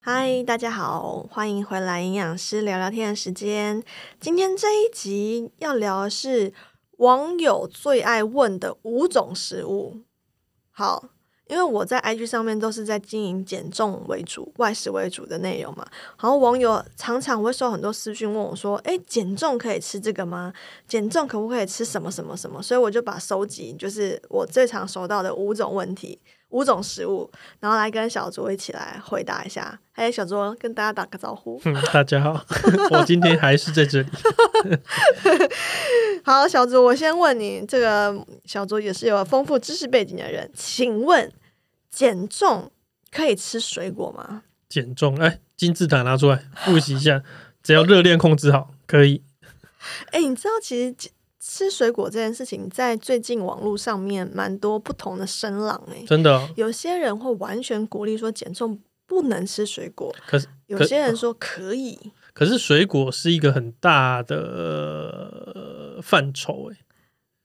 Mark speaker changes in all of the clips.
Speaker 1: 嗨，大家好，欢迎回来营养师聊聊天的时间。今天这一集要聊的是网友最爱问的五种食物。好，因为我在 IG 上面都是在经营减重为主、外食为主的内容嘛，然后网友常常会收很多私讯问我说：“诶，减重可以吃这个吗？减重可不可以吃什么什么什么？”所以我就把收集就是我最常收到的五种问题、五种食物，然后来跟小卓一起来回答一下。哎，小卓跟大家打个招呼。
Speaker 2: 嗯，大家好， 我今天还是在这里。
Speaker 1: 好，小卓，我先问你，这个小卓也是有丰富知识背景的人，请问减重可以吃水果吗？
Speaker 2: 减重，哎，金字塔拿出来复习一下，只要热量控制好，可以。
Speaker 1: 哎、你知道其实吃水果这件事情，在最近网络上面蛮多不同的声浪哎、
Speaker 2: 真的哦、
Speaker 1: 有些人会完全鼓励说减重不能吃水果，
Speaker 2: 可是
Speaker 1: 有
Speaker 2: 可
Speaker 1: 些人说可以。
Speaker 2: 可是水果是一个很大的、呃范畴，哎，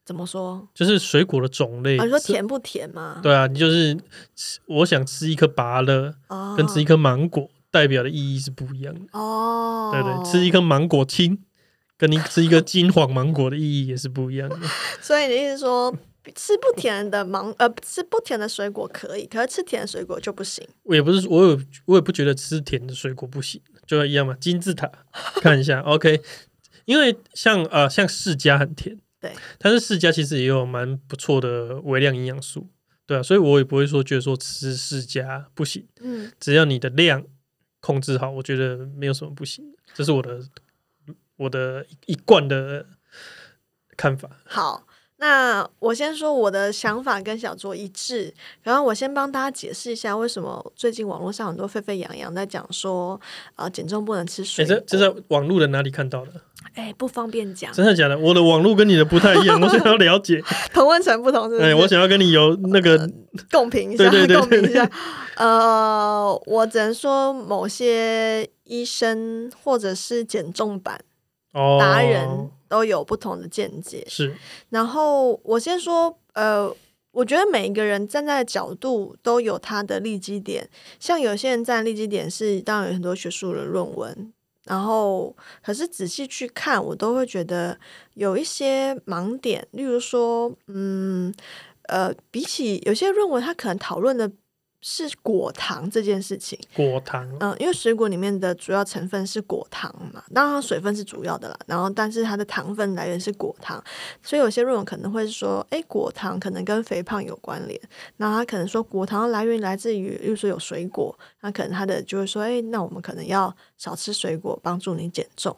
Speaker 1: 怎么说？
Speaker 2: 就是水果的种类。
Speaker 1: 啊，你说
Speaker 2: 是？
Speaker 1: 甜不甜吗？
Speaker 2: 对啊，你就是吃我想吃一颗芭乐，
Speaker 1: 哦，
Speaker 2: 跟吃一颗芒果代表的意义是不一样的。
Speaker 1: 哦，
Speaker 2: 对对，吃一颗芒果青，跟你吃一个金黄芒果的意义也是不一样的。
Speaker 1: 所以你的意思是说，吃不甜的芒呃，吃不甜的水果可以，可是吃甜的水果就不行。
Speaker 2: 我也不是，我有我也不觉得吃甜的水果不行，就一样嘛。金 字塔看一下，OK，因为像呃像释迦很甜，
Speaker 1: 对，
Speaker 2: 但是释迦其实也有蛮不错的微量营养素，对啊，所以我也不会说觉得说吃释迦不行，
Speaker 1: 嗯，
Speaker 2: 只要你的量控制好，我觉得没有什么不行的。这是我的我的一贯的看法。
Speaker 1: 好。那我先说我的想法跟小卓一致，然后我先帮大家解释一下为什么最近网络上很多沸沸扬扬在讲说，呃，减重不能吃
Speaker 2: 哎、
Speaker 1: 水果
Speaker 2: 这，这在网络的哪里看到的？
Speaker 1: 哎、不方便讲，
Speaker 2: 真的假的？我的网络跟你的不太一样，我想要了 解。
Speaker 1: 同温层不同是不是，
Speaker 2: 哎、我想要跟你有那个
Speaker 1: 共评一下，
Speaker 2: 对对对
Speaker 1: 共评一下。 呃，我只能说某些医生或者是减重版
Speaker 2: 哦，
Speaker 1: 达人都有不同的见解。
Speaker 2: 是
Speaker 1: 然后我先说，呃，我觉得每一个人站在的角度都有他的利基点，像有些人站的利基点是，当然有很多学术的论文，然后可是仔细去看，我都会觉得有一些盲点，例如说，嗯，呃，比起有些论文，它可能讨论的是果糖这件事情。
Speaker 2: 果糖哦，
Speaker 1: 嗯，因为水果里面的主要成分是果糖嘛，当然水分是主要的啦，然后但是它的糖分来源是果糖，所以有些论文可能会说，诶，果糖可能跟肥胖有关联，那他可能说果糖的来源来自于，例如说有水果，那可能他的就会说，诶，那我们可能要少吃水果，帮助你减重，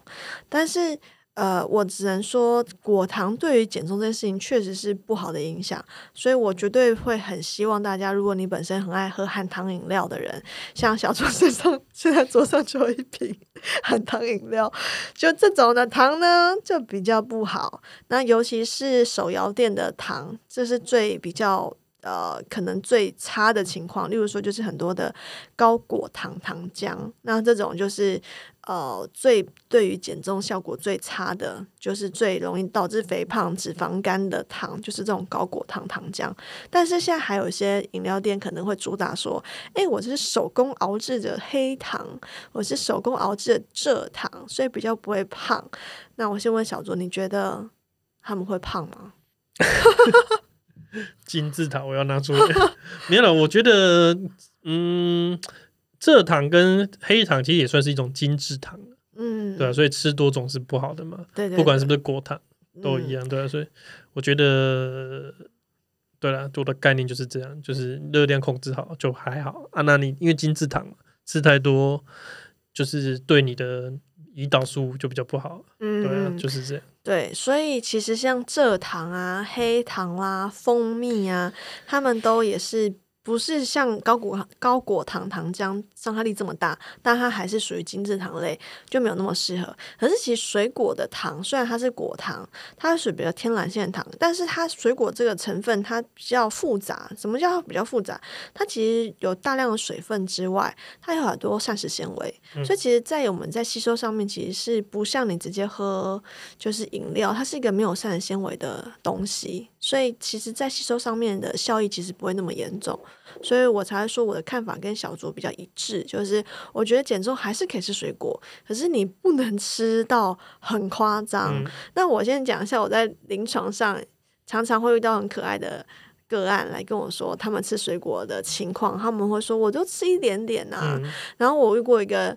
Speaker 1: 但是。呃，我只能说，果糖对于减重这件事情确实是不好的影响，所以我绝对会很希望大家，如果你本身很爱喝含糖饮料的人，像小卓身上现在桌上就有一瓶 含糖饮料，就这种的糖呢就比较不好。那尤其是手摇店的糖，这是最比较呃可能最差的情况。例如说，就是很多的高果糖糖浆，那这种就是呃最对于减重效果最差的，就是最容易导致肥胖、脂肪肝的糖，就是这种高果糖糖浆。但是现在还有一些饮料店可能会主打说，哎，我是手工熬制的黑糖，我是手工熬制的蔗糖，所以比较不会胖。那我先问小卓，你觉得他们会胖吗？
Speaker 2: 金字塔我要拿出来。 没有了，我觉得嗯，蔗糖跟黑糖其实也算是一种精制糖，
Speaker 1: 嗯，
Speaker 2: 对啊，所以吃多种是不好的嘛，
Speaker 1: 对对，
Speaker 2: 不管是不是果糖
Speaker 1: 对
Speaker 2: 都
Speaker 1: 嗯
Speaker 2: 一。样，对啊，所以我觉得。对啦，我的概念就是这样，就是热量控制好就还好啊。那你因为精制糖嘛，吃太多就是对你的胰岛素就比较不好，对啊，
Speaker 1: 嗯，
Speaker 2: 就是这样。
Speaker 1: 对，所以其实像蔗糖啊、黑糖啦、蜂蜜啊，它们都也是不是像高果高果糖糖浆伤害力这么大，但它还是属于精制糖类，就没有那么适合。可是其实水果的糖虽然它是果糖，它是属于比较天然性的糖，但是它水果这个成分它比较复杂。什么叫它比较复杂？它其实有大量的水分之外，它有很多膳食纤维，
Speaker 2: 嗯
Speaker 1: 所以其实，在我们在吸收上面，其实是不像你直接喝就是饮料，它是一个没有膳食纤维的东西，所以其实，在吸收上面的效益其实不会那么严重，所以我才会说我的看法跟小卓比较一致，就是我觉得减重还是可以吃水果，可是你不能吃到很夸张。
Speaker 2: 嗯
Speaker 1: 那我先讲一下，我在临床上常常会遇到很可爱的个案来跟我说，他们吃水果的情况，他们会说我就吃一点点啊。
Speaker 2: 嗯，
Speaker 1: 然后我遇过一个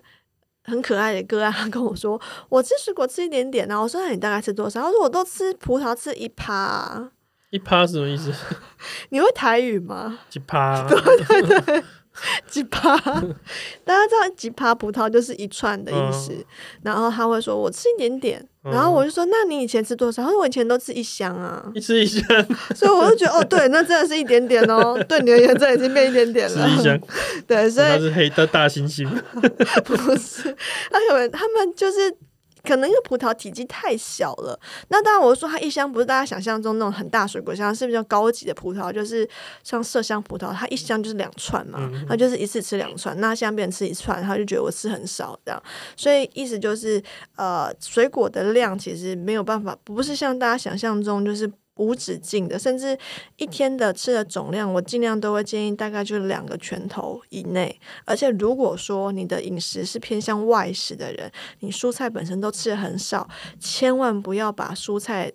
Speaker 1: 很可爱的个案，他跟我说我吃水果吃一点点啊。我说那你大概吃多少？他说我都吃葡萄吃一趴、啊。
Speaker 2: 一趴是什么意思？
Speaker 1: 你会台语吗？
Speaker 2: 一 趴，啊
Speaker 1: 几趴？ 大家知道几趴葡萄就是一串的意思。
Speaker 2: 嗯
Speaker 1: 然后他会说我吃一点点，然后我就说那你以前吃多少？他说我以前都吃一箱啊。
Speaker 2: 一 吃一箱，
Speaker 1: 所以我就觉得，哦，对，那真的是一点点哦，对你而言，这已经变一点点
Speaker 2: 吃
Speaker 1: 了。
Speaker 2: 一箱，
Speaker 1: 对，所
Speaker 2: 它
Speaker 1: 以
Speaker 2: 是黑的大猩猩，
Speaker 1: 不是，他可能他们就是可能那个葡萄体积太小了。那当然，我说它一箱不是大家想象中那种很大水果箱，是比较高级的葡萄，就是像麝香葡萄，它一箱就是两串嘛
Speaker 2: 嗯，
Speaker 1: 它就是一次吃两串。那现在变成吃一串，他就觉得我吃很少这样。所以意思就是，呃，水果的量其实没有办法，不是像大家想象中就是无止境的，甚至一天的吃的总量，我尽量都会建议大概就是两个拳头以内。而且如果说你的饮食是偏向外食的人，你蔬菜本身都吃的很少，千万不要把蔬菜。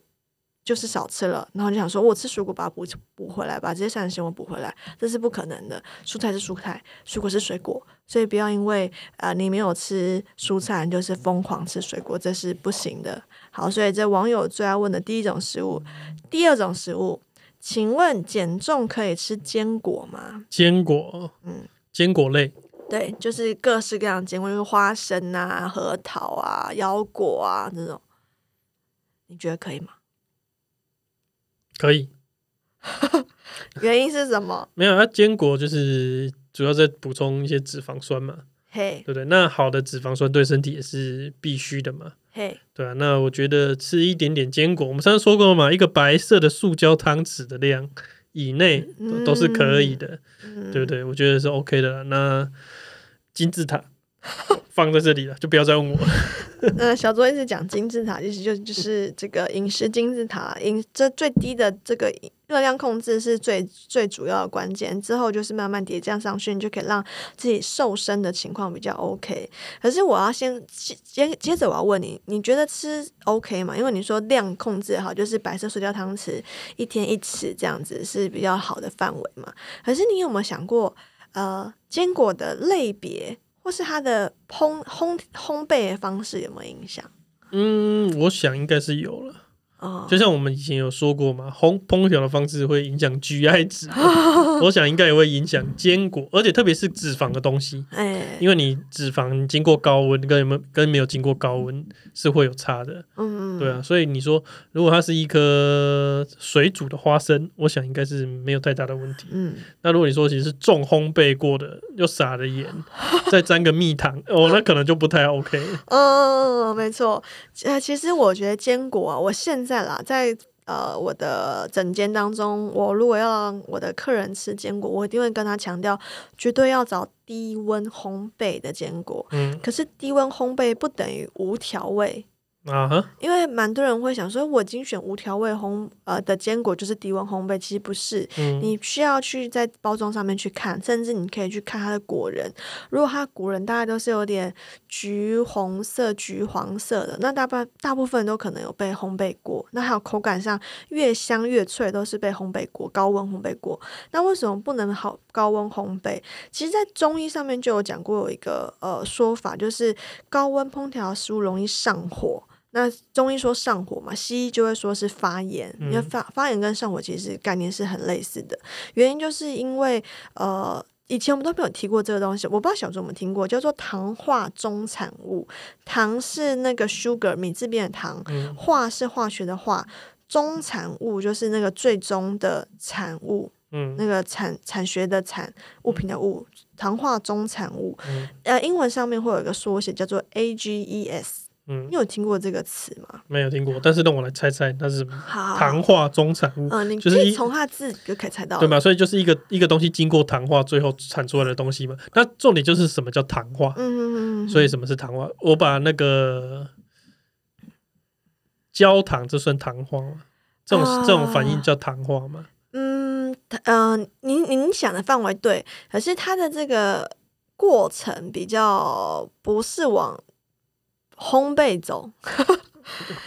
Speaker 1: 就是少吃了，然后你想说，我吃水果把它补补回来，把这些膳食纤维补回来，这是不可能的。蔬菜是蔬菜，水果是水果，所以不要因为呃你没有吃蔬菜，你就是疯狂吃水果，这是不行的。好，所以这网友最爱问的第一种食物，第二种食物，请问减重可以吃坚果吗？
Speaker 2: 坚果，
Speaker 1: 嗯
Speaker 2: 坚果类，
Speaker 1: 对，就是各式各样的坚果，就是花生啊、核桃啊、腰果啊这种，你觉得可以吗？
Speaker 2: 可以，
Speaker 1: 原因是什么？
Speaker 2: 没有，它坚果就是主要在补充一些脂肪酸嘛，
Speaker 1: 嘿
Speaker 2: 对不对？那好的脂肪酸对身体也是必须的嘛，
Speaker 1: 嘿，
Speaker 2: 对啊。那我觉得吃一点点坚果，我们上次说过嘛，一个白色的塑胶汤匙的量以内都都是可以的，
Speaker 1: 嗯，
Speaker 2: 对不对？我觉得是 OK 的啦。那金字塔 放在这里了，就不要再问我了。
Speaker 1: 呃，小卓一直讲金字塔，意思就就是这个饮食金字塔，饮这最低的这个热量控制是最最主要的关键，之后就是慢慢叠降上去，你就可以让自己瘦身的情况比较 OK。可是我要先接接接着我要问你，你觉得吃 OK 吗？因为你说量控制好，就是白色塑胶汤匙一天一匙这样子是比较好的范围嘛？可是你有没有想过，呃，坚果的类别或是它的烘烘烘焙的方式有没有影响？
Speaker 2: 嗯，我想应该是有了。
Speaker 1: 哦，
Speaker 2: 就像我们以前有说过嘛，烘烹调的方式会影响 GI 值， 我想应该也会影响坚果，而且特别是脂肪的东西，
Speaker 1: 哎，
Speaker 2: 因为你脂肪经过高温跟有没有跟没有经过高温是会有差的，
Speaker 1: 嗯，
Speaker 2: 对啊，所以你说如果它是一颗水煮的花生，我想应该是没有太大的问题。
Speaker 1: 嗯，
Speaker 2: 那如果你说其实是重烘焙过的，又撒 了盐，再沾个蜜糖，哦，那可能就不太 OK。
Speaker 1: 嗯，没错。呃，其实我觉得坚果啊，我现在啦，在呃我的整间当中，我如果要让我的客人吃坚果，我一定会跟他强调，绝对要找低温烘焙的坚果。
Speaker 2: 嗯
Speaker 1: 可是低温烘焙不等于无调味，
Speaker 2: 啊哈，
Speaker 1: 因为蛮多人会想说，我精选无调味烘呃的坚果就是低温烘焙，其实不是，
Speaker 2: 嗯
Speaker 1: 你需要去在包装上面去看，甚至你可以去看它的果仁。如果它的果仁大概都是有点橘红色、橘黄色的，那大半大部分都可能有被烘焙过。那还有口感上越香越脆，都是被烘焙过、高温烘焙过。那为什么不能好高温烘焙？其实，在中医上面就有讲过有一个呃说法，就是高温烹调食物容易上火。那中医说上火嘛，西医就会说是发炎，因为
Speaker 2: 嗯
Speaker 1: 发发炎跟上火其实概念是很类似的。原因就是因为呃，以前我们都没有提过这个东西，我不知道小卓有没有听过，叫做糖化中产物。糖是那个 sugar 米字边的糖，
Speaker 2: 嗯
Speaker 1: 化是化学的化，中产物就是那个最终的产物。
Speaker 2: 嗯
Speaker 1: 那个产产学的产物品的物，糖化中产物，
Speaker 2: 嗯
Speaker 1: 呃，英文上面会有一个缩写叫做 AGES，
Speaker 2: 嗯
Speaker 1: 你，有听过这个词吗？
Speaker 2: 没有听过，但是让我来猜猜它是什么。
Speaker 1: 好，
Speaker 2: 糖化中产物，
Speaker 1: 嗯、你
Speaker 2: 就
Speaker 1: 可
Speaker 2: 是
Speaker 1: 以
Speaker 2: 一
Speaker 1: 从它的字就可以猜到
Speaker 2: 对
Speaker 1: 了，
Speaker 2: 嘛？所以就是一个一个东西经过糖化，最后产出来的东西嘛。那重点就是什么叫糖化？
Speaker 1: 嗯，嗯嗯嗯，
Speaker 2: 所以什么是糖化？我把那个焦糖，这算糖化吗？这种、这种反应
Speaker 1: 啊
Speaker 2: 叫糖化嘛？
Speaker 1: 嗯，呃，您您想的范围对，可是它的这个过程比较不是往烘焙走，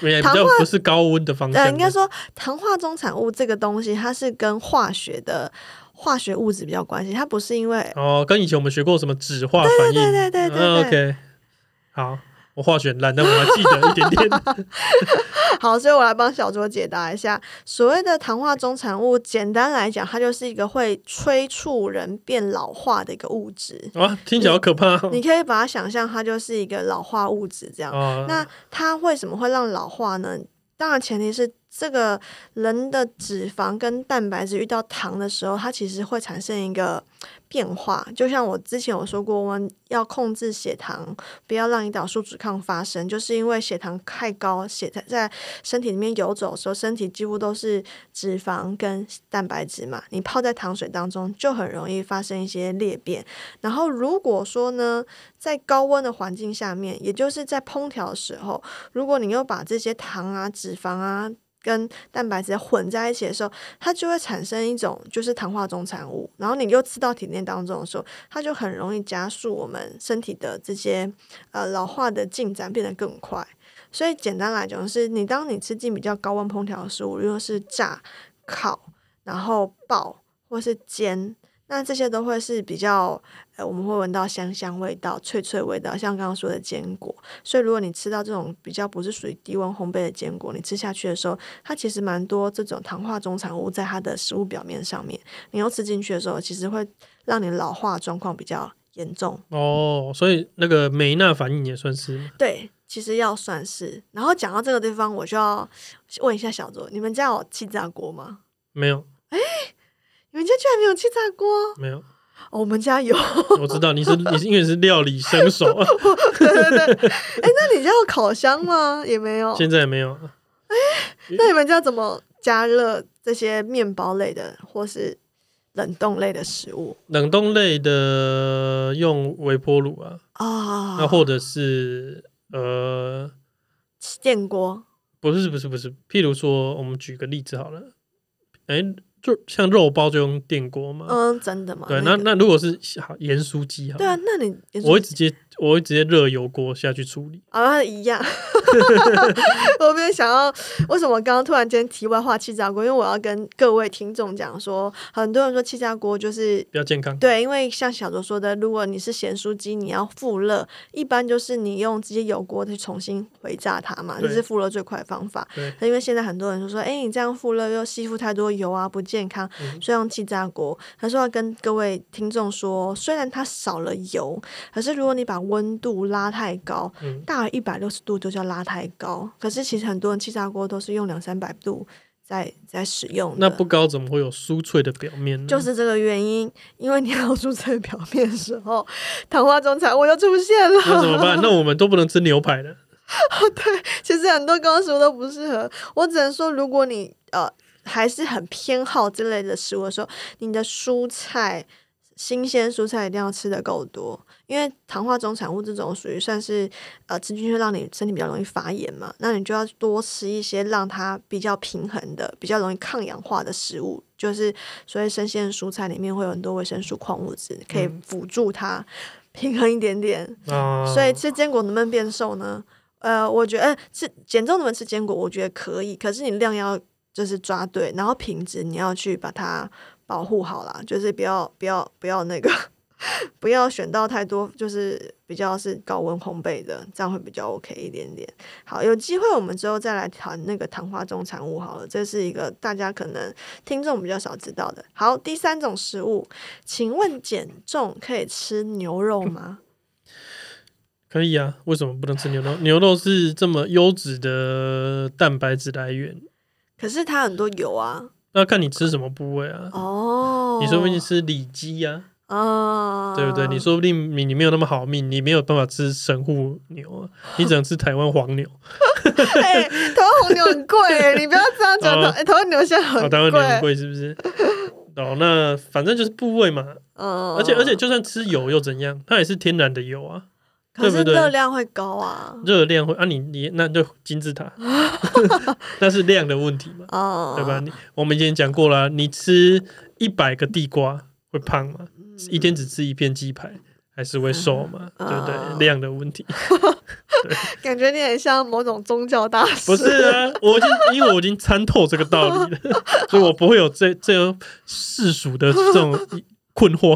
Speaker 2: 也比
Speaker 1: 糖
Speaker 2: 较不是高温的方向。
Speaker 1: 呃，应该说糖化中产物这个东西，它是跟化学的化学物质比较有关系，它不是因为
Speaker 2: 哦，跟以前我们学过什么酯化反应？
Speaker 1: 对对对对对
Speaker 2: 嗯 OK，好，我化学很烂，但我还记得一 点点。
Speaker 1: 好，所以我来帮小卓解答一下，所谓的糖化中产物，简单来讲，它就是一个会催促人变老化的一个物质。
Speaker 2: 哇，听起来好可怕哦
Speaker 1: 你可以把它想象，它就是一个老化物质这样。
Speaker 2: 哦！
Speaker 1: 那它为什么会让老化呢？当然，前提是这个人的脂肪跟蛋白质遇到糖的时候，它其实会产生一个变化。就像我之前有说过，我们要控制血糖，不要让胰岛素阻抗发生，就是因为血糖太高，血在在身体里面游走的时候，身体几乎都是脂肪跟蛋白质嘛，你泡在糖水当中就很容易发生一些裂变。然后如果说呢，在高温的环境下面，也就是在烹调的时候，如果你又把这些糖啊、脂肪啊跟蛋白质混在一起的时候，它就会产生一种就是糖化中产物。然后你又吃到体内当中的时候，它就很容易加速我们身体的这些呃老化的进展，变得更快。所以简单来讲，是你当你吃进比较高温烹调的食物，如果是炸、烤、然后爆或是煎，那这些都会是比较呃，我们会闻到香香味道、脆脆味道，像刚刚说的坚果。所以，如果你吃到这种比较不是属于低温烘焙的坚果，你吃下去的时候，它其实蛮多这种糖化中产物在它的食物表面上面。你又吃进去的时候，其实会让你老化状况比较严重。
Speaker 2: 哦，所以那个梅纳反应也算是吗
Speaker 1: 对，其实要算是。然后讲到这个地方，我就要问一下小卓，你们家有气炸锅吗？
Speaker 2: 没有
Speaker 1: 你们家居然没有气炸锅？
Speaker 2: 没有，
Speaker 1: 哦我们家有。
Speaker 2: 我知道你是你是因为你是料理生手，
Speaker 1: 对对对。哎，那你家有烤箱吗？也没有。
Speaker 2: 现在也没有。
Speaker 1: 那你们家怎么加热这些面包类的或是冷冻类的食物
Speaker 2: 冷冻类的用微波炉啊，
Speaker 1: 啊？
Speaker 2: 那或者是呃，
Speaker 1: 电锅
Speaker 2: 不是不是不是，譬如说我们举个例子好了，哎、就像肉包就用电锅嘛，
Speaker 1: 嗯，真的吗？
Speaker 2: 对，那
Speaker 1: 个
Speaker 2: 那如果是好盐酥鸡哈，
Speaker 1: 对啊，那你你说
Speaker 2: 我会直接我会直接热油锅下去处理。
Speaker 1: 啊一 样。我没有想要，为什么刚刚突然间题外话气炸锅？因为我要跟各位听众讲说，很多人说气炸锅就是
Speaker 2: 比较健康，
Speaker 1: 对，因为像小卓说的，如果你是咸酥鸡，你要复热，一般就是你用直接油锅去重新回炸它嘛，这
Speaker 2: 对
Speaker 1: 是复热最快的方法。
Speaker 2: 对
Speaker 1: 那因为现在很多人就说，哎，你这样复热又吸附太多油啊，不健康，
Speaker 2: 嗯
Speaker 1: 所以用气炸锅。他说要跟各位听众说，虽然它少了油，可是如果你把温度拉太高，
Speaker 2: 嗯，
Speaker 1: 大于一百六十度就叫拉太高。可是其实很多人气炸锅都是用两三百度在在使用的。
Speaker 2: 那不高怎么会有酥脆的表面呢？
Speaker 1: 就是这个原因，因为你要出这个表面的时候，糖化中产物又出现了。
Speaker 2: 那怎么办？那我们都不能吃牛排了。
Speaker 1: 其实很多高食物都不适合。我只能说，如果你呃还是很偏好这类的食物的时候，你的蔬菜。新鲜蔬菜一定要吃的够多，因为糖化中产物这种属于算是呃吃进去让你身体比较容易发炎嘛，那你就要多吃一些让它比较平衡的、比较容易抗氧化的食物，就是所谓生鲜蔬菜里面会有很多维生素、矿物质，可以
Speaker 2: 嗯
Speaker 1: 辅助它平衡一点点。
Speaker 2: 啊，
Speaker 1: 所以吃坚果能不能变瘦呢？呃，我觉得、呃、吃减重能不能吃坚果，我觉得可以，可是你量要就是抓对，然后品质你要去把它保护好啦，就是不要不要不要那个 不要选到太多，就是比较是高温烘焙的，这样会比较 OK 一点点。好，有机会我们之后再来谈那个糖化中产物好了，这是一个大家可能听众比较少知道的。好，第三种食物，请问减重可以吃牛肉吗？
Speaker 2: 可以啊，为什么不能吃牛 肉？牛肉是这么优质的蛋白质来源，
Speaker 1: 可是它很多油啊。
Speaker 2: 那看你吃什么部位啊。
Speaker 1: 哦，
Speaker 2: 你说不定是里脊呀、
Speaker 1: 啊，
Speaker 2: 对不对？你说不定你你没有那么好命，你没有办法吃神户牛 啊，你只能吃台湾黄牛。
Speaker 1: 哎、台湾红牛很贵 耶，你不要这样讲，台、
Speaker 2: 哦
Speaker 1: 哎台湾牛现在
Speaker 2: 哦，
Speaker 1: 很
Speaker 2: 台湾
Speaker 1: 贵，
Speaker 2: 牛很贵是不是？哦，那反正就是部位嘛，
Speaker 1: 嗯，
Speaker 2: 而且而且就算吃油又怎样？它也是天然的油啊，
Speaker 1: 可
Speaker 2: 对
Speaker 1: 是
Speaker 2: 不对
Speaker 1: 热量会高啊。
Speaker 2: 热量会啊你，你那就金字 塔， 那是量的问题嘛，
Speaker 1: 哦，
Speaker 2: 对吧？？你我们以前讲过啦，你吃一百个地瓜会胖吗？一天只吃一片鸡排还是会瘦嘛，
Speaker 1: 嗯
Speaker 2: 对不
Speaker 1: 哦
Speaker 2: 对？量的 问题
Speaker 1: 感觉你很像某种宗教大师。
Speaker 2: 不是啊，我已经因为我已经参透这个道理了，所以我不会有这这种世俗的这种困惑。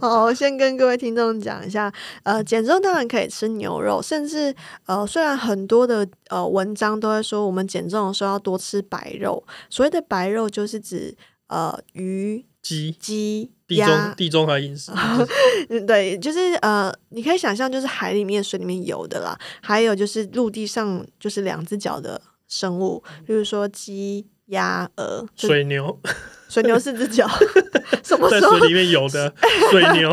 Speaker 1: 好，哦先跟各位听众讲一下，呃，减重当然可以吃牛肉，甚至呃，虽然很多的呃文章都会说我们减重的时候要多吃白肉，所谓的白肉就是指呃鱼、
Speaker 2: 鸡
Speaker 1: 鸡、
Speaker 2: 地中
Speaker 1: 鸭，
Speaker 2: 地中海 饮食，就是
Speaker 1: 嗯对，就是呃，你可以想象就是海里面、水里面游的啦，还有就是陆地上就是两只脚的生物，比如说鸡、鸭、鹅，就
Speaker 2: 水牛
Speaker 1: 水牛四只 脚，什么
Speaker 2: 在
Speaker 1: 时候
Speaker 2: 水里面游 的水牛，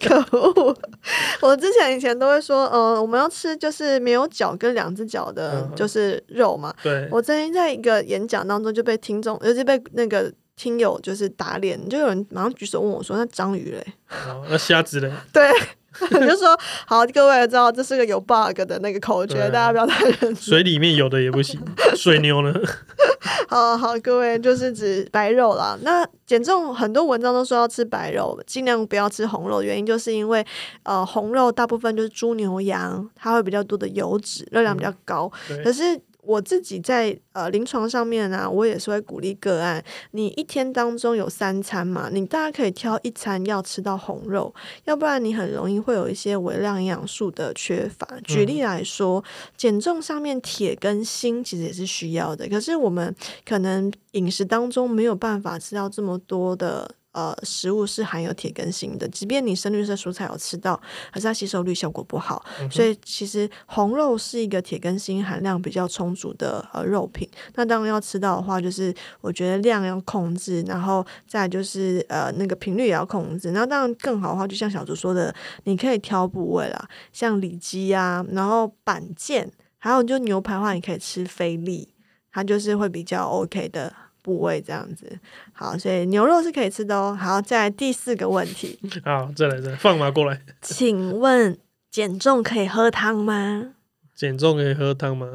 Speaker 1: 可恶！ 我之前以前都会说，呃，我们要吃就是没有脚跟两只脚的
Speaker 2: 嗯，
Speaker 1: 就是肉嘛。
Speaker 2: 对，
Speaker 1: 我曾经在一个演讲当中就被听众，就是被那个听友就是打脸，就有人马上举手问我说：“那章鱼嘞
Speaker 2: 哦那虾子嘞，？”
Speaker 1: 对。 我就说好，各位知道这是个有 bug 的那个口诀，
Speaker 2: 对啊
Speaker 1: 大家不要太认真。
Speaker 2: 水里面游的也不行，水牛呢？
Speaker 1: 好好，各位就是指白肉啦。那减重很多文章都说要吃白肉，尽量不要吃红肉，原因就是因为呃红肉大部分就是猪牛羊，它会比较多的油脂，热量比较高。
Speaker 2: 对
Speaker 1: 可是我自己在呃临床上面啊，我也是会鼓励个案，你一天当中有三餐嘛，你大家可以挑一餐要吃到红肉，要不然你很容易会有一些微量营养素的缺乏。举例来说，减重上面铁跟锌其实也是需要的，可是我们可能饮食当中没有办法吃到这么多的。呃，食物是含有铁跟锌的，即便你深绿色蔬菜有吃到，可是它吸收率效果不好。所以其实红肉是一个铁跟锌含量比较充足的呃肉品。那当然要吃到的话，就是我觉得量要控制，然后再来就是呃那个频率也要控制。那当然更好的话，就像小竹说的，你可以挑部位啦，像里脊啊，然后板腱，还有就牛排的话，你可以吃菲力，它就是会比较 OK 的。部位这样子，好，所以牛肉是可以吃的哦。好，再来第四个问题，
Speaker 2: 好，再来再来，放马过来。
Speaker 1: 请问减重可以喝汤吗？
Speaker 2: 减重可以喝汤吗？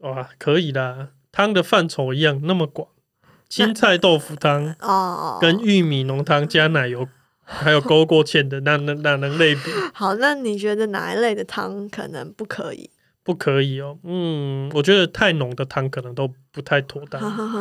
Speaker 2: 哇，可以啦，汤的范畴一样那么广，青菜豆腐汤
Speaker 1: 哦，
Speaker 2: 跟玉米浓汤加奶油，还有勾过芡的，那那那能类比？
Speaker 1: 好，那你觉得哪一类的汤可能不可以？
Speaker 2: 不可以哦。嗯，我觉得太浓的汤可能都不太妥 当，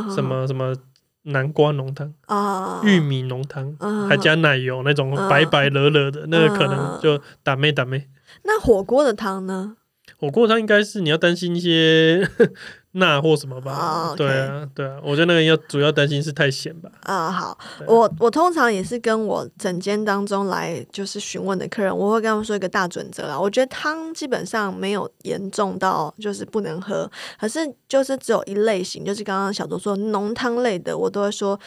Speaker 1: 什
Speaker 2: 什么什么南瓜浓汤、
Speaker 1: 啊？
Speaker 2: 玉米浓汤。
Speaker 1: 嗯
Speaker 2: 还加奶油那种
Speaker 1: 嗯
Speaker 2: 白白惹惹的，那个可能
Speaker 1: 嗯
Speaker 2: 就打妹打妹。
Speaker 1: 那火锅的汤呢？
Speaker 2: 火锅汤应该是你要担心一些 钠或什么
Speaker 1: 哦
Speaker 2: 吧？
Speaker 1: ，OK
Speaker 2: 对啊，对啊，我觉得那个要主要担心是太咸吧。
Speaker 1: 啊，好，
Speaker 2: 对
Speaker 1: 我我通常也是跟我整间当中来就是询问的客人，我会跟他们说一个大准则啦。我觉得汤基本上没有严重到就是不能喝，可是就是只有一类型，就是刚刚小周说浓汤类的，我都会说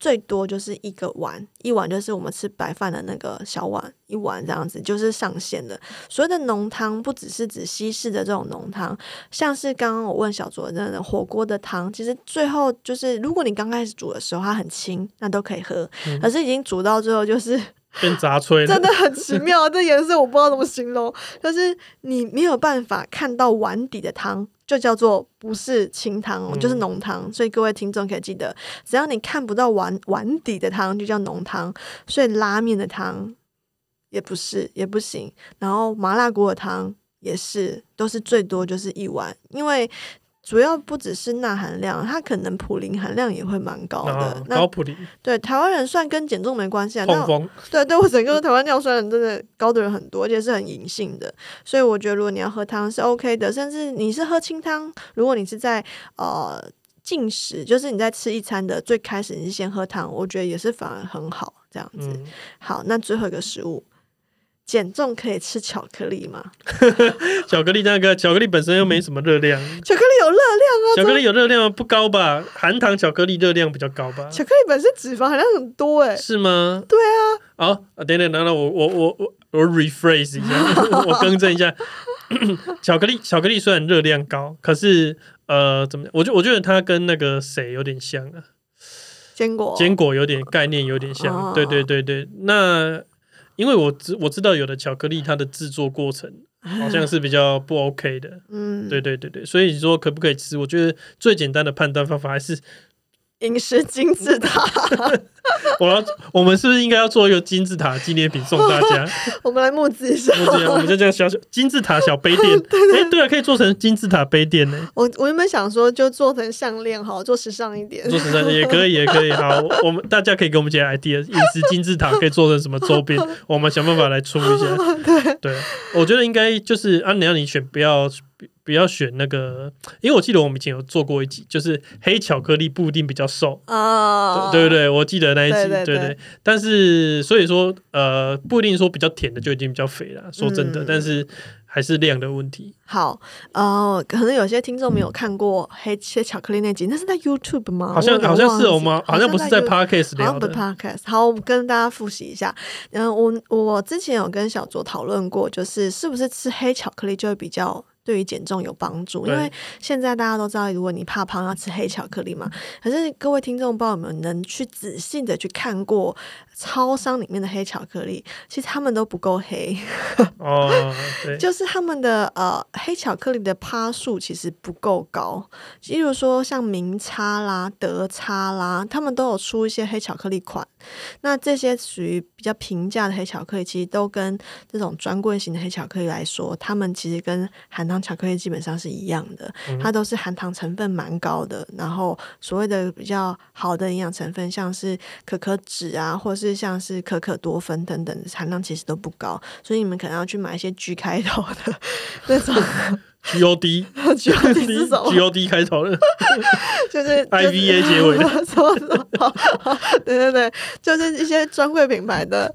Speaker 1: 最多就是一个碗，一碗就是我们吃白饭的那个小碗，一碗这样子就是上限的。所谓的浓汤，不只是指西式的这种浓汤，像是刚刚我问小卓的那种火锅的汤，其实最后就是如果你刚开始煮的时候它很清，那都可以喝，
Speaker 2: 嗯
Speaker 1: 可是已经煮到最后就是
Speaker 2: 变杂炊
Speaker 1: 真
Speaker 2: 了。
Speaker 1: 的很奇妙，这颜色我不知道怎么形容，就是你没有办法看到碗底的汤，就叫做不是清汤哦，
Speaker 2: 嗯
Speaker 1: 就是浓汤。所以各位听众可以记得，只要你看不到碗碗底的汤，就叫浓汤。所以拉面的汤也不是，也不行。然后麻辣锅的汤也是，都是最多就是一碗，因为。主要不只是钠含量，它可能普林含量也会蛮高的。
Speaker 2: 啊，
Speaker 1: 那
Speaker 2: 高普林
Speaker 1: 对台湾人算跟减重没关系啊，那
Speaker 2: 痛风，
Speaker 1: 对，对我整个台湾尿酸人真的高的人很多，而且是很隐性的，所以我觉得如果你要喝汤是 OK 的，甚至你是喝清汤，如果你是在呃进食，就是你在吃一餐的最开始你是先喝汤，我觉得也是反而很好这样子。
Speaker 2: 嗯，
Speaker 1: 好，那最后一个食物，减重可以吃巧克力吗？
Speaker 2: 巧克力那个巧克力本身又没什么热量，
Speaker 1: 巧克力有热量啊，
Speaker 2: 巧克力有热量吗不高吧？含糖巧克力热量比较高吧？
Speaker 1: 巧克力本身脂肪含量很多哎、
Speaker 2: 是吗？对啊。好，啊等等等等，我我我我我 rephrase 一 下，我更正一下。 巧克力巧克力虽然热量高，可是呃，怎么讲？我觉我觉得它跟那个谁有点像啊，
Speaker 1: 坚果，
Speaker 2: 坚果有点概念有点像。
Speaker 1: 哦
Speaker 2: 对对对对，那。因为我知我知道有的巧克力它的制作过程好像是比较不 OK 的，
Speaker 1: 嗯，
Speaker 2: 对，对对对，所以说可不可以吃？我觉得最简单的判断方法还是
Speaker 1: 饮食金字塔，
Speaker 2: 我要我们是不是应该要做一个金字塔纪念品送大 家？
Speaker 1: 我们来募资一下。
Speaker 2: 我这样我们就这样小小金字塔小杯垫，哎、 对啊，可以做成金字塔杯垫呢、
Speaker 1: 我我原本想说就做成项链好，做时尚一点。
Speaker 2: 做成也可以，也可以。好，我们大家可以给我们一些 idea，饮食金字塔可以做成什么 周边，我们想办法来出一些。对，我觉得应该就是啊，你要你选，不要不要选那个，因为我记得我们以前有做过一集，就是黑巧克力不一定比较瘦。
Speaker 1: 啊，
Speaker 2: 对对对，我记得那一集，
Speaker 1: 对对
Speaker 2: 对
Speaker 1: 对
Speaker 2: 但是所以说，呃，不一定说比较甜的就已经比较肥了。说真的，
Speaker 1: 嗯
Speaker 2: 但是还是量的问题。
Speaker 1: 好，呃，可能有些听众没有看过黑切巧克力那集，那是在 YouTube 吗？
Speaker 2: 好像
Speaker 1: 哦我有点
Speaker 2: 好像是
Speaker 1: 忘
Speaker 2: 我
Speaker 1: 记
Speaker 2: 们好像不是在
Speaker 1: YouTube-
Speaker 2: podcast
Speaker 1: 好
Speaker 2: 聊
Speaker 1: 像不
Speaker 2: 的
Speaker 1: 是 podcast。好，我们跟大家复习一下。嗯，我我之前有跟小卓讨论过，就是是不是吃黑巧克力就会比较。对于减重有帮助，因
Speaker 2: 对
Speaker 1: 为现在大家都知道，如果你怕胖要吃黑巧克力嘛。可是各位听众，不知道有没有能去仔细的去看过超商里面的黑巧克力，其实他们都不够黑。
Speaker 2: 哦，对，
Speaker 1: 就是他们的呃黑巧克力的趴数其实不够高，例如说像明差啦、德差啦，他们都有出一些黑巧克力款。那这些属于比较平价的黑巧克力，其实都跟这种专柜型的黑巧克力来说，它们其实跟含糖巧克力基本上是一样的，它都是含糖成分蛮高的。然后所谓的比较好的营养成分，像是可可脂啊，或是像是可可多酚等等，含量其实都不高。所以你们可能要去买一些 G 开头的那种
Speaker 2: G O D
Speaker 1: G 到底 是什么
Speaker 2: G O D 开头的，
Speaker 1: 就是
Speaker 2: IVA 结尾
Speaker 1: 的 什么什么，对对对，就是一些专柜品牌的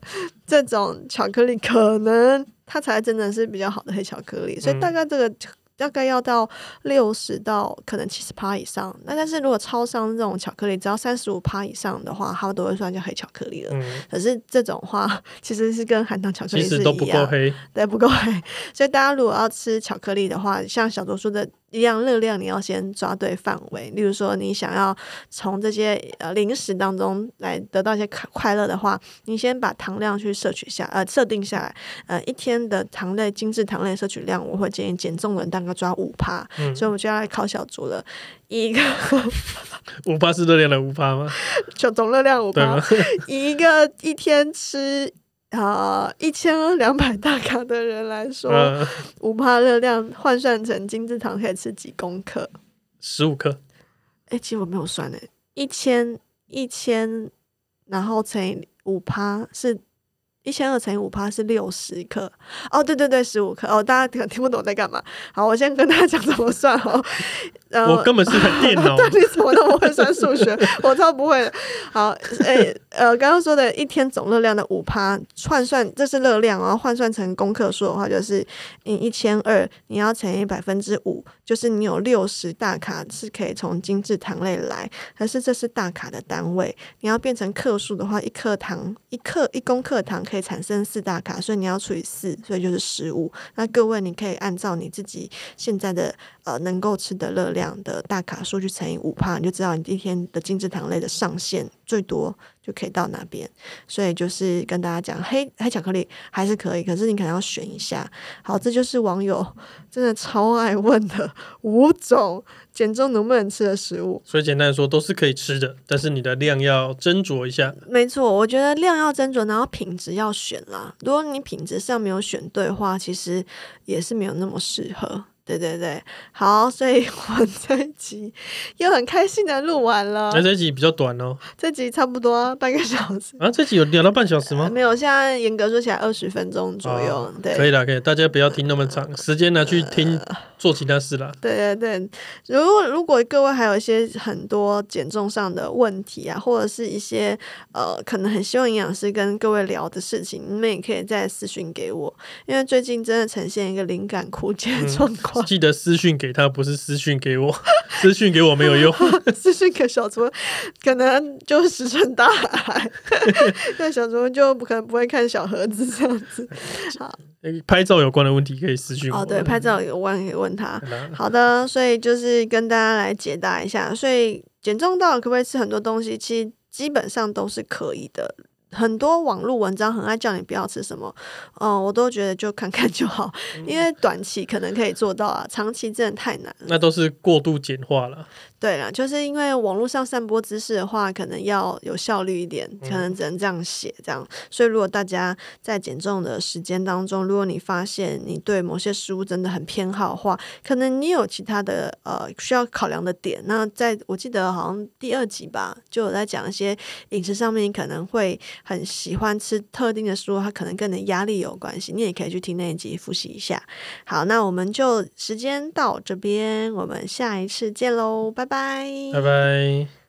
Speaker 1: 这种巧克力，可能它才真的是比较好的黑巧克力，所以
Speaker 2: 嗯
Speaker 1: 大概这个。大概要到六十到可能七十趴以上，那但是如果超商这种巧克力只要三十五趴以上的话，它都会算叫黑巧克力了。
Speaker 2: 嗯，
Speaker 1: 可是这种话 其实是跟含糖巧克
Speaker 2: 其
Speaker 1: 力是一
Speaker 2: 实
Speaker 1: 样，
Speaker 2: 都不够黑，
Speaker 1: 对，不够黑。所以大家如果要吃巧克力的话，像小卓说的一样，热量你要先抓对范围。例如说，你想要从这些呃零食当中来得到一些快快乐的话，你先把糖量去摄取下，呃，设定下来。呃，一天的糖类精致糖类摄取量，我会建议减重人大概抓五趴。
Speaker 2: 嗯
Speaker 1: 所以我们就要来考小卓了，以一个
Speaker 2: 五八是热量的五八吗？
Speaker 1: 就总热量五
Speaker 2: 对啊
Speaker 1: 趴
Speaker 2: 吗？，
Speaker 1: 以一个一天吃。啊，一千两百大卡的人来说，
Speaker 2: 呃，
Speaker 1: 五帕热量换算成精制糖可以吃几公克？
Speaker 2: 十五克，
Speaker 1: 哎、其实我没有算哎、一千一千，然后乘以五帕是。一千二乘以五帕是六十克，哦，对对对，十五克，哦，大家可能听不懂我在干嘛。好，我先跟大家讲怎么算哦。 呃，
Speaker 2: 我根本是台电脑
Speaker 1: 到底怎么那么会算数学？ 我超不会的。好，诶、呃，刚刚说的一天总热量的五趴换算，这是热量哦，换算成功课数的话，就是你一千二，你要乘以百分之五，就是你有六十大卡是可以从精制糖类来，可是这是大卡的单位，你要变成克数的话，一克糖一克一公克糖可以产生四大卡，所以你要除以四，所以就是十五。那各位，你可以按照你自己现在的呃能够吃的热量的大卡数去乘以五帕，你就知道你一天的精制糖类的上限最多就可以到哪边。所以就是跟大家讲，黑黑巧克力还是可以，可是你可能要选一下。好，这就是网友真的超爱问的五种减重能不能吃的食物。
Speaker 2: 所以简单说都是可以吃的，但是你的量要斟酌一下。
Speaker 1: 没错，我觉得量要斟酌，然后品质要选啦。如果你品质上没有选对的话，其实也是没有那么适合。对对对，好，所以我们这一集又很开心的录完了
Speaker 2: 那、，这一集比较短哦，
Speaker 1: 这集差不多半个小时，
Speaker 2: 啊，这集有聊到半小时吗？
Speaker 1: 没有，现在严格说起来二十分钟左右。
Speaker 2: 哦
Speaker 1: 呃对，呃
Speaker 2: 可以啦，可以，大家不要听那么长，时间拿去听做其他事啦。
Speaker 1: 对对对，如果如果各位还有一些很多减重上的问题啊，或者是一些呃，可能很希望营养师跟各位聊的事情，你们也可以再私讯给我，因为最近真的呈现一个灵感枯竭的状况，
Speaker 2: 记得私讯给他，不是私讯给我， 私讯给我 没有用。
Speaker 1: 私讯给小卓，可能就石沉大海，那小卓就不可能不会看小盒子这样子。
Speaker 2: 拍照有关的问题可以私讯我。
Speaker 1: 哦，对，拍照有问可以问他。
Speaker 2: 好啦。
Speaker 1: 好的，所以就是跟大家来解答一下，所以减重到底可不可以吃很多东西？其实基本上都是可以的。很多网络文章很爱叫你不要吃什么，嗯，我都觉得就看看就好，因为短期可能可以做到啊，长期真的太难了。
Speaker 2: 那都是过度简化了。
Speaker 1: 对啦，就是因为网络上散播知识的话，可能要有效率一点，可能只能这样写这样。所以，如果大家在减重的时间当中，如果你发现你对某些食物真的很偏好的话，可能你有其他的呃需要考量的点。那在我记得好像第二集吧，就有在讲一些饮食上面，你可能会很喜欢吃特定的食物，它可能跟你的压力有关系。你也可以去听那一集复习一下。好，那我们就时间到这边，我们下一次见喽，拜拜，
Speaker 2: 拜拜。